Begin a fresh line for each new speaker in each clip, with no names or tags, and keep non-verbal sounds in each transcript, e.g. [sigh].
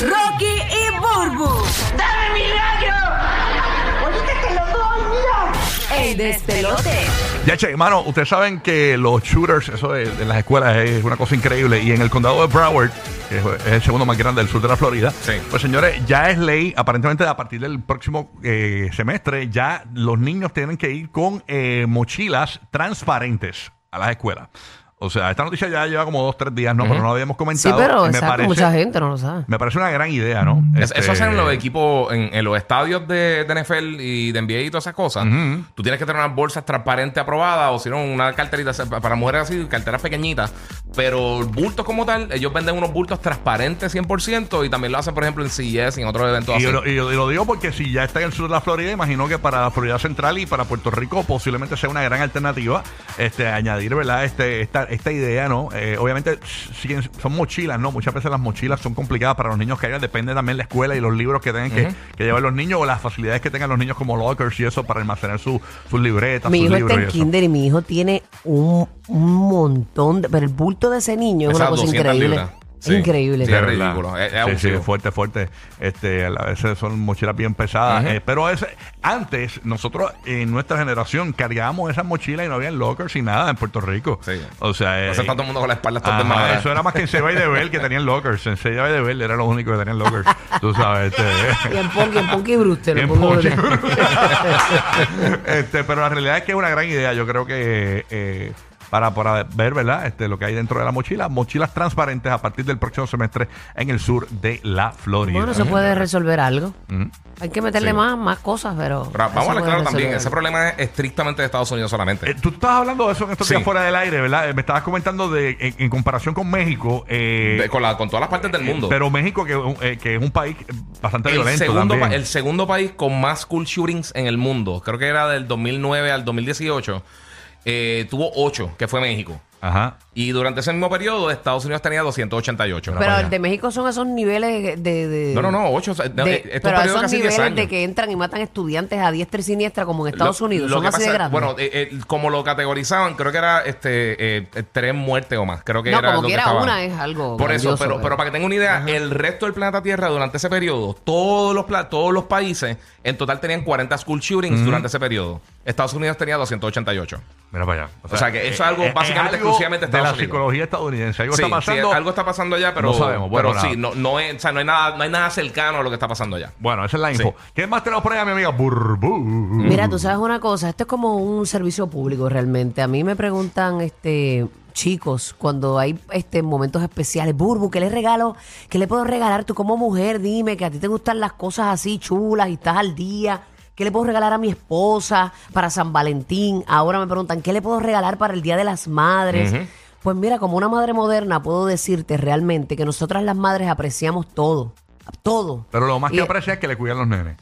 Rocky y Burbu.
¡Dame mi gallo! ¡Ahorita te lo doy, mira!
El despelote.
Ya, che, hermano, ustedes saben que los shooters, eso de, de las escuelas, es una cosa increíble. Y en el condado de Broward, que es es el segundo más grande del sur de la Florida,
Sí.
pues señores, ya es ley, aparentemente a partir del próximo eh, semestre, ya los niños tienen que ir con eh, mochilas transparentes a las escuelas. O sea, esta noticia ya lleva como dos, tres días, ¿no? Pero no la habíamos
Sí,
comentado.
pero
y me
exacto,
parece,
mucha gente no lo sabe.
me parece una gran idea, ¿no?
Es-
Este,
Eso hacen en los equipos, en, en los estadios de, de NFL y de NBA y todas esas cosas. Tú tienes que tener unas bolsas transparentes aprobadas o si no, una carterita o sea, pa- para mujeres así, carteras pequeñitas. Pero bultos como tal, ellos venden unos bultos transparentes 100% y también lo hacen, por ejemplo, en CES y en otros eventos
Y
así.
yo, lo- y yo- y lo digo porque si ya está en el sur de la Florida, imagino que para la Florida Central y para Puerto Rico posiblemente sea una gran alternativa este, añadir, ¿verdad? Este, esta, esta idea, ¿no? Eh, obviamente siguen- son mochilas, ¿no? Muchas veces las mochilas son complicadas para los niños que hayan, depende también la escuela y los libros que tengan que, que llevar los niños o las facilidades que tengan los niños como lockers y eso para almacenar su- sus libretas,
Mi
sus
hijo
libros
está en
y eso.
kinder y mi hijo tiene un, un montón de... Pero el bulto de ese niño es una
Esas
cosa
200
increíble.
libras. Sí.
Increíble.
Sí, es
¿verdad?
ridículo. Es- es
Sí,
abusivo.
sí, fuerte, fuerte. Este, a veces son mochilas bien pesadas.
Ajá.
eh, pero es, antes, nosotros en nuestra generación cargábamos esas mochilas y no había lockers y nada en Puerto Rico.
Sí.
O sea, eh,
No se está todo el mundo con la espalda
ajá,
toda desmadrada.
eso era más que en Seba y Debel que tenían lockers. En Seba y Debel eran los únicos que tenían lockers. Tú sabes. este, [laughs]
Y en Ponky, en Ponky Brewster.
Bien
en Ponky
pocho.
Brewster.
este, pero la realidad es que es una gran idea. Yo creo que eh, para, para ver, ¿verdad? Este, lo que hay dentro de la mochila, mochilas transparentes a partir del próximo semestre en el sur de la Florida.
Bueno, se puede resolver algo.
Mm.
Hay que meterle
Sí.
más, más cosas, pero...
Pero
eso
vamos a aclarar
puede
también,
resolver
ese
algo.
problema es estrictamente de Estados Unidos solamente.
Eh, tú estabas hablando de eso en estos
Este. Sí.
días fuera del aire, ¿verdad? Eh, Me estabas comentando de en, en comparación con México. eh,
De- con, la- con todas las partes del mundo.
Pero México, que, eh, que es un país bastante
el
violento
segundo,
también.
pa- el segundo país con más school shootings en el mundo, creo que era del 2009 al 2018, eh, tuvo 8, que fue México.
Ajá.
Y durante ese mismo periodo, Estados Unidos tenía 288.
Pero el de México son esos niveles de... de-
no, no, no, eh, 8.
de- pero esos niveles de que entran y matan estudiantes a diestra y siniestra como en Estados Unidos. Son así de grandes.
Bueno, eh, eh, como lo categorizaban, creo que era este eh, eh, tres muertes o más. Creo que
No,
era
como
lo que
quiera,
estaba.
una es algo
Por eso,
grandioso, pues.
pero,
pero-
pero para que tengan una idea, el resto del planeta Tierra durante ese periodo, todos los, pla- todos los países en total tenían 40 school shootings durante ese periodo. Estados Unidos tenía 288.
Mira para allá. Eh,
O sea, que eso es algo básicamente
algo
exclusivamente
de la
Estados Unidos.
psicología estadounidense. Algo
Sí,
está pasando.
sí, algo está pasando allá, pero,
No sabemos, bueno,
pero sí,
nada.
no, no, es, o sea, no, hay nada, no hay nada cercano a lo que está pasando allá.
Bueno, esa es la info. ¿Qué más tenemos por allá, mi amiga? Burbu.
Mira, tú sabes una cosa, esto es como un servicio público realmente. A mí me preguntan, este, chicos, cuando hay este momentos especiales, Burbu, ¿qué le regalo? ¿Qué le puedo regalar tú como mujer? Dime que a ti te gustan las cosas así chulas y estás al día. ¿Qué le puedo regalar a mi esposa para San Valentín? Ahora me preguntan, ¿qué le puedo regalar para el Día de las Madres? Pues mira, como una madre moderna puedo decirte realmente que nosotras las madres apreciamos todo, todo.
Pero lo más que
Y-
aprecia es que le cuidan los nenes.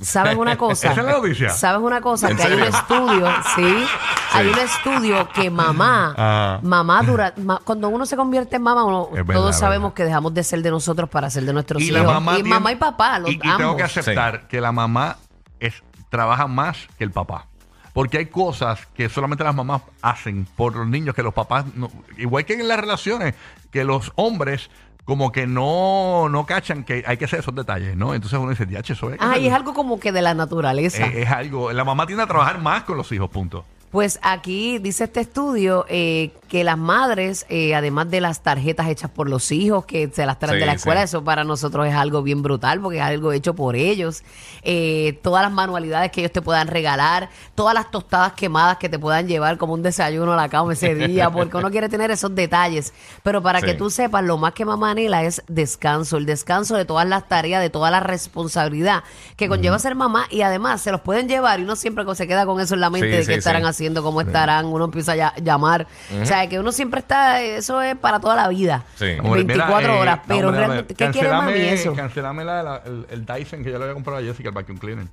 ¿Sabes
[laughs]
una cosa?
¿Esa es la noticia?
¿Sabes una cosa?
¿En
Que hay un
serio?
estudio, ¿sí?
[laughs]
Hay un estudio que mamá,
Ah.
mamá dura, ma- cuando uno se convierte en mamá, uno-
Es verdad,
todos sabemos
verdad.
que dejamos de ser de nosotros para ser de nuestros
Y
hijos.
la mamá
y
tiene-
mamá y papá, los
y, y
ambos.
tengo que aceptar que la mamá es, trabaja más que el papá. Porque hay cosas que solamente las mamás hacen por los niños, que los papás, no- igual que en las relaciones, que los hombres como que no, no cachan que hay que hacer esos detalles, ¿no? Entonces uno dice, diache, eso es,
Ah, y es algo como que de la naturaleza.
es algo. La mamá tiende a trabajar más con los hijos, punto.
Pues aquí dice este estudio eh, que las madres, eh, además de las tarjetas hechas por los hijos, que se las traen
Sí,
de la
sí.
escuela, eso para nosotros es algo bien brutal porque es algo hecho por ellos. Eh, todas las manualidades que ellos te puedan regalar, todas las tostadas quemadas que te puedan llevar como un desayuno a la cama ese
[laughs]
día, porque uno quiere tener esos detalles. Pero para
Sí.
que tú sepas, lo más que mamá anhela es descanso, el descanso de todas las tareas, de toda la responsabilidad que conlleva ser mamá y además se los pueden llevar y uno siempre se queda con eso en la mente
Sí,
de
sí,
que estarán
sí.
haciendo, cómo estarán, uno empieza a ya- llamar. O sea, que uno siempre está, eso es para toda la vida.
Sí.
Amor, mira,
24
eh,
horas,
no,
pero
hombre,
realmente, ¿qué quiere
cancelame-
mami eso?
Cancelame la- la- el, el Dyson que yo le había comprado a Jessica, el vacuum cleaner.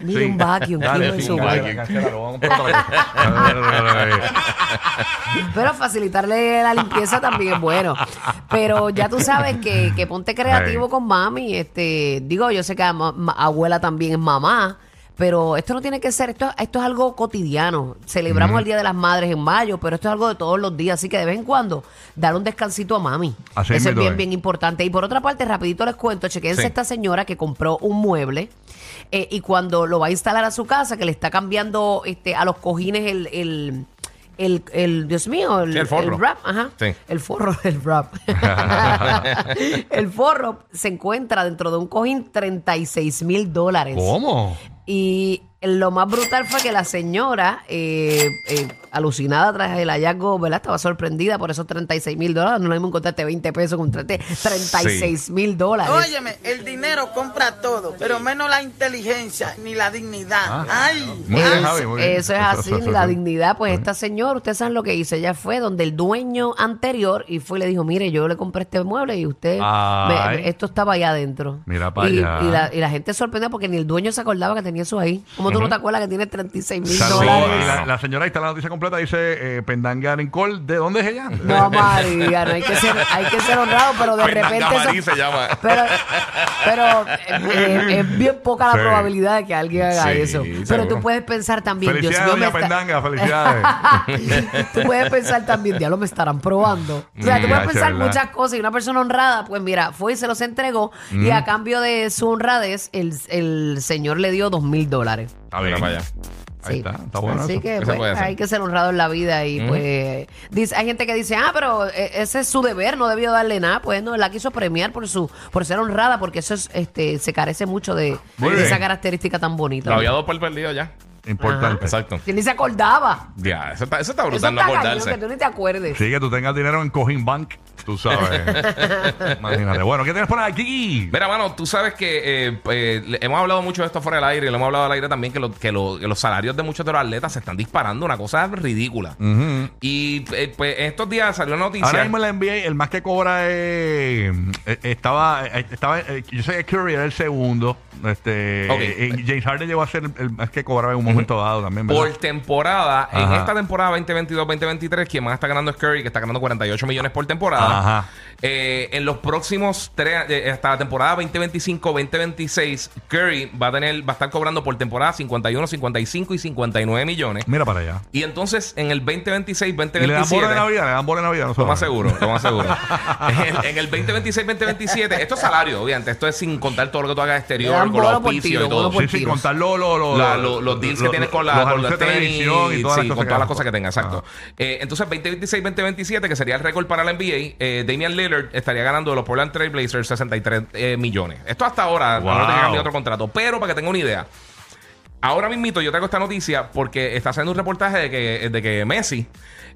Mira
Sí.
un vacuum,
Dale,
quiero
sí,
su
cancela,
vacuum.
cancélalo, vamos a comprar otra cosa.
Pero facilitarle la limpieza también es bueno. Pero ya tú sabes que, que ponte creativo
Ay.
con mami. Este, digo, yo sé que ama- ma- abuela también es mamá. Pero esto no tiene que ser, esto, esto es algo cotidiano. Celebramos el Día de las Madres en mayo, pero esto es algo de todos los días, así que de vez en cuando dar un descansito a mami.
Así
Eso es
mismo
bien,
es.
bien importante. Y por otra parte, rapidito les cuento, chequense
Sí.
esta señora que compró un mueble eh, y cuando lo va a instalar a su casa, que le está cambiando este, a los cojines el... el el, el- Dios mío, el,
Sí, el forro.
wrap, ajá.
Sí.
El forro, [laughs] el
[laughs]
wrap. [laughs] el forro se encuentra dentro de un cojín 36 mil dólares.
¿Cómo?
Y lo más brutal fue que la señora, eh, eh, alucinada tras el hallazgo, ¿verdad? Estaba sorprendida por esos 36 mil dólares. No le mismo encontraste 20 pesos con 36 mil dólares.
Óyeme, el dinero compra todo, pero menos la inteligencia ni la dignidad. Ay,
Ah. Muy bien,
Eso-
Javi, muy bien.
Eso es así,
eso,
la
eso.
dignidad. Pues esta señora, ustedes saben lo que hizo. Ella fue donde el dueño anterior y fue y le dijo, mire, yo le compré este mueble y usted,
Ay.
me- esto estaba allá adentro.
Mira pa'
y,
allá.
Y la, y la gente sorprendida porque ni el dueño se acordaba que tenía eso ahí. ¿Cómo tú no te acuerdas que tiene 36 mil
Saludos.
dólares?
Y La, la señora ahí está la noticia completa. Dice eh, Pendanga Rincol. ¿De dónde es ella? Eh,
No, María, no hay que ser, hay que ser honrado, pero de
Fernanda
repente. eso-
Marí se llama.
[laughs] Pero, pero eh, eh, es bien poca la
Sí.
probabilidad de que alguien haga
Sí,
eso. Pero
seguro.
tú puedes pensar también. Dios
felicidades, doña
mío, me está- [laughs]
Pendanga. Felicidades.
tú puedes pensar también, ya lo me estarán probando. O sea, tú
Mm,
puedes
ya,
pensar
es verdad.
muchas cosas y una persona honrada, pues mira, fue y se los entregó y a cambio de su honradez, el, el señor le dio dos mil dólares.
Está
Mira
bien.
para allá.
Ahí está, está bueno
Así
eso.
que
Eso
pues,
puede ser.
hay que ser honrado en la vida y pues dice, hay gente que dice, ah, pero eh, ese es su deber, no debió darle nada, pues no, la quiso premiar por su, por ser honrada, porque eso es, este, se carece mucho de,
Muy
de
bien.
esa característica tan bonita.
Lo había dado por perdido ya.
Importante.
Exacto.
Que ni se acordaba.
Ya, eso está, eso está
Eso
brutal, no
está cañón,
acordarse.
que tú ni te acuerdes.
Sí, que tú tengas dinero en Cojín Bank, tú
[laughs]
sabes. Imagínate. Bueno, ¿qué tienes por aquí?
Mira, mano, tú sabes que eh, eh, le- hemos hablado mucho de esto fuera del aire y lo hemos hablado al aire también que, lo- que lo- que los salarios de muchos de los atletas se están disparando, una cosa ridícula. Y eh, pues en estos días salió una noticia.
Ahora mismo en la NBA, el más que cobra eh, eh, estaba, eh, estaba eh, yo sé que Curry era el segundo. Este,
Ok.
eh, y James Harden llegó a ser el, el más que cobraba en un momento dado también. ¿verdad?
Por temporada, en
Ajá.
esta temporada 2022-2023, quien más está ganando es Curry, que está ganando 48 millones por temporada.
Ajá.
Eh, en los próximos tres, eh, hasta la temporada 2025-2026, Curry va a tener, va a estar cobrando por temporada 51, 55 y 59 millones.
Mira para allá.
Y entonces en el 2026,
Y le dan bola de
2027.
Navidad, le dan bola de Navidad. No se
Lo más
sabe.
seguro, lo
[laughs]
más seguro. [laughs] en, el- en el 2026-2027, esto es salario, obviamente. Esto es sin contar todo lo que tú hagas
Le
exterior,
dan
con los
bono por
auspicios
tiro,
y todo.
bono por
Sí, sí,
tiros.
contar lo- lo- lo-
La- lo- los deals que
lo-
tienes con la,
los
con
anuncios
los
de
tenis,
televisión y todas
sí,
las cosas
con
que Ah.
todas las
hacen.
cosas que tenga, exacto. Eh, entonces, 2026, 2027, que sería el récord para la NBA, eh, Damian Lillard estaría ganando de los Portland Trail Blazers 63 eh, millones. Esto hasta ahora,
Wow.
no no tenía que cambiar otro contrato, pero para que tenga una idea. Ahora mismito yo traigo esta noticia porque está haciendo un reportaje de que, de que Messi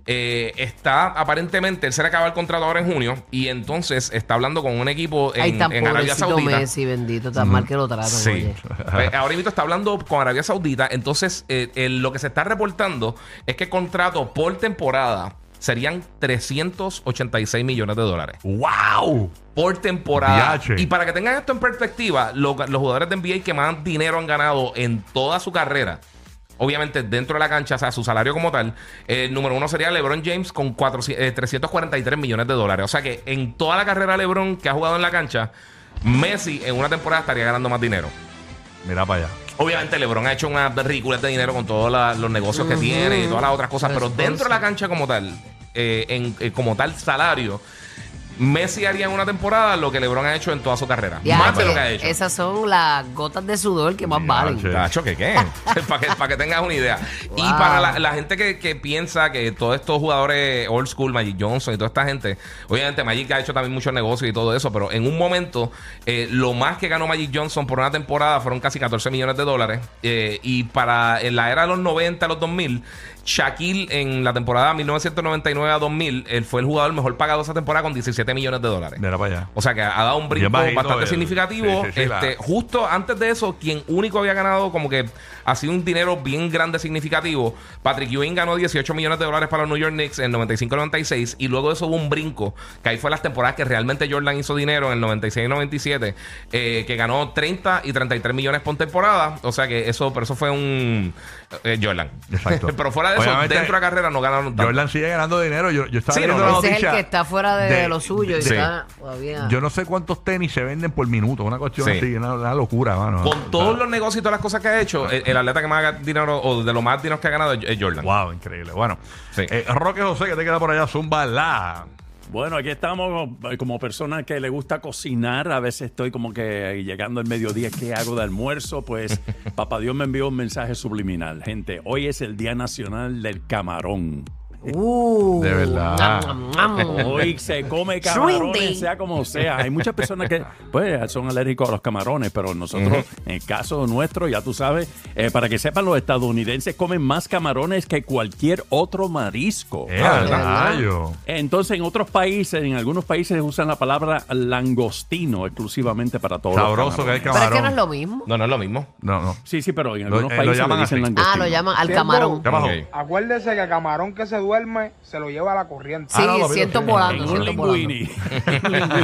eh, está aparentemente, él se le acaba el contrato ahora en junio y entonces está hablando con un equipo en,
Ay, tan
en Arabia
pobrecito
Saudita.
Messi, bendito, tan mal que lo tratan.
Sí.
oye.
[laughs] Pues, ahora mismo está hablando con Arabia Saudita. Entonces, eh, eh, lo que se está reportando es que contrato por temporada serían 386 millones de dólares.
¡Wow!
Por temporada.
Diache.
Y para que tengan esto en perspectiva, lo- los jugadores de NBA que más dinero han ganado en toda su carrera. Obviamente dentro de la cancha, o sea, su salario como tal, eh, el número uno sería LeBron James con 400, eh, 343 millones de dólares. O sea que en toda la carrera de LeBron que ha jugado en la cancha, Messi en una temporada estaría ganando más dinero.
Mira para allá.
Obviamente LeBron ha hecho una ridícula de dinero con todos la- los negocios que tiene y todas las otras cosas, pero dentro de la cancha como tal, eh, en, eh, como tal salario, Messi haría en una temporada lo que LeBron ha hecho en toda su carrera.
Ya,
más de
che,
lo que ha hecho.
Esas son las gotas de sudor que más
Ya,
valen.
che.
Tacho, ¿qué [laughs] qué? para que, pa' que tengas una idea. Y
Wow.
para la, la gente que, que piensa que todos estos jugadores old school, Magic Johnson y toda esta gente, obviamente Magic ha hecho también muchos negocios y todo eso, pero en un momento eh, lo más que ganó Magic Johnson por una temporada fueron casi 14 millones de dólares. Eh, y para en la era de los 90, los 2000, Shaquille en la temporada 1999 a 2000, él fue el jugador mejor pagado esa temporada con 17 millones de dólares.
Mira para allá.
O sea que ha dado un brinco
Bien bajito
bastante
el-
significativo.
sí, sí, sí, la-
este, Justo antes de eso, quien único había ganado como que ha sido un dinero bien grande significativo. Patrick Ewing ganó 18 millones de dólares para los New York Knicks en 95-96 y luego de eso hubo un brinco, que ahí fue las temporadas que realmente Jordan hizo dinero en el 96-97, eh, que ganó 30 y 33 millones por temporada. O sea que eso, pero eso fue un eh, Jordan.
Exacto.
[laughs] pero fuera de de eso,
Obviamente,
dentro de la carrera no ganaron tanto.
Jordan sigue ganando dinero. Yo, yo estaba
Sí,
viendo
no,
la
no.
Ese es el
noticia
que está fuera de, lo suyo y
sí.
está todavía.
Yo no sé cuántos tenis se venden por minuto. Una cuestión
Sí.
así, una, una locura, mano. O sea,
Con todos los negocios y todas las cosas que ha hecho, el, el atleta que más ha ganado dinero o de los más dineros que ha ganado es es Jordan.
Wow, increíble. Bueno,
Sí.
eh, Roque José, que te queda por allá, Zumba la.
Bueno, aquí estamos eh, como persona que le gusta cocinar. A veces estoy como que llegando al mediodía, ¿qué hago de almuerzo? Pues papá Dios me envió un mensaje subliminal. Gente, hoy es el Día Nacional del Camarón.
Uh,
De verdad.
nam, nam, nam.
Hoy se come camarones,
Swindy.
sea como sea. Hay muchas personas que pues, son alérgicos a los camarones, pero nosotros, en el caso nuestro, ya tú sabes, eh, para que sepan, los estadounidenses comen más camarones que cualquier otro marisco.
Eh,
Ah, de
verdad.
rayo.
Entonces, en otros países, en algunos países usan la palabra langostino exclusivamente para todos. los
Sabroso que hay
camarones.
Pero es que no es
camarón.
lo mismo.
No, no es lo mismo.
No, no.
Sí, sí, pero en
Lo-
algunos
eh, lo
países
llaman
le dicen
así.
langostino.
Ah, lo llaman al
Siendo-
camarón.
¿Qué pasó?
Ok.
Acuérdese que camarón que se duerme se lo lleva a la corriente.
Sí,
Ah, no, lo vi,
siento
lo vi.
En
volando,
un
siento volando.
linguini.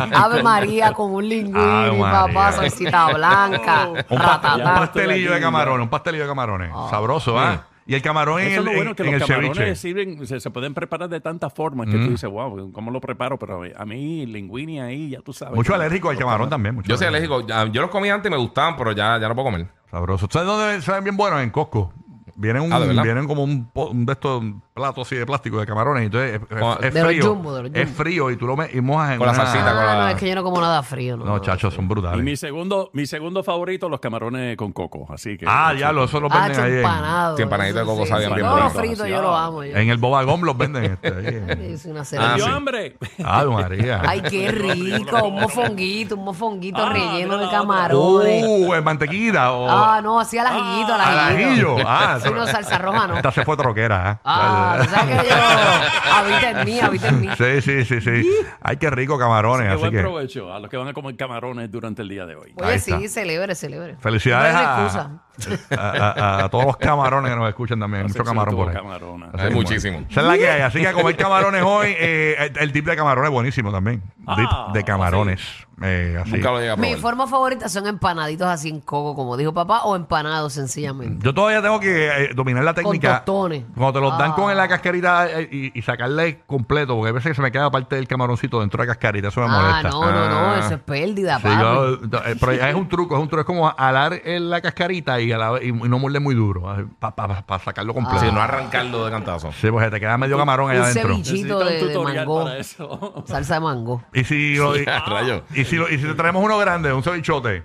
[laughs]
Ave María con un
Ave
linguini,
María.
papá, salsita blanca,
Un
[laughs]
Un, pa-
ratatá.
un
Ya.
pastelillo de camarones, un pastelillo de camarones. Sabroso, ¿ah? Y el camarón en
Eso es
el,
lo bueno, que
en el
los
ceviche. Mm.
camarones sirven, se, se pueden preparar de tantas formas que tú dices, wow, ¿cómo lo preparo? Pero eh, a mí, linguini ahí, ya tú sabes.
Mucho
que-
alérgico al camarón también. mucho
Yo soy alérgico. Ya, Yo los comí antes y me gustaban, pero ya, ya no puedo comer.
Sabroso. ¿Sabes dónde saben bien buenos? En Costco. Vienen, un,
Ah, ¿de verdad?
vienen como un, po- un de estos platos así de plástico de camarones. Entonces es, es-
Ah,
es
de los
frío.
jumbo, de los
es
jumbo.
frío y tú lo me- y mojas en
Con la
una-
salsita.
Ah,
con la-
no, es que yo no como nada frío. No, Ah,
No, chachos, son
Y
brutales.
mi segundo, mi segundo favorito, los camarones con coco. Así que.
Ah, diablo, eso lo
Ah,
venden ahí. en-
empanado.
Sí, empanadito de
eso
coco
sí,
sabían
sí.
bien
Todo lo
bonito.
frito yo lo amo.
En,
yo.
el Bobagón los venden. Este, ahí.
Es una
¡Me
cena.
Ah,
dio
sí.
hambre!
Ah, María.
Ay, qué rico. Un mofonguito, un mofonguito
Ah,
relleno
mira
de
la otra.
camarones.
Uh, en mantequilla o
eh. Ah, no, así al ajillito, al
al
ajillito.
ajillo. Ah,
Sí, no, salsa roja, no.
Esta se fue troquera. ¿eh?
Ah, tú sabes que yo. Habita en mí, habita en mí.
Sí, sí, sí, sí. Ay, qué rico camarones.
Qué
Así
buen
que
provecho a los que van a comer camarones durante el día de hoy.
Ahí
Oye,
está.
sí, celebre, celebre.
felicidades
No hay
a,
excusa.
a- a- a todos los camarones que nos escuchan también. Hay
Así
mucho
que
camarón
tuvo
por ahí.
camarona.
Así
Hay
que,
muchísimo.
bueno, Esa es la que hay. Así que a comer camarones hoy, eh, el, el dip de camarones es buenísimo también. Dip
Ah,
de camarones. Eh, así.
Nunca lo llegué a
Mi
probar.
forma favorita son empanaditos así en coco, como dijo papá, o empanados sencillamente.
Yo todavía tengo que eh, dominar la técnica.
tostones.
Cuando te los dan
Ah.
con la cascarita eh, y, y sacarle completo, porque a veces se me queda parte del camaroncito dentro de la cascarita. Eso me
Ah,
molesta.
no, no, no,
Ah.
eso es pérdida,
Sí,
papi.
yo- eh, pero es un truco, es un truco. Es como alar eh, la cascarita y, alar- y- y no morder muy duro eh, para sacarlo completo.
Si no arrancarlo de cantazo.
Sí, pues te queda medio camarón allá
Un
adentro.
cevichito
Necesito
de,
un
de
tutorial
mango.
para eso.
Salsa de mango.
Y si, lo- y,
Ah, rayo.
y si, lo- y si te traemos uno grande, un
[laughs]
cevichote.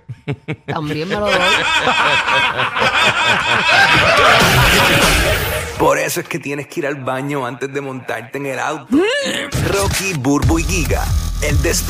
También
[laughs]
me lo doy.
Por eso es que tienes que ir al baño antes de montarte en el auto. Rocky, Burbu y Giga, el des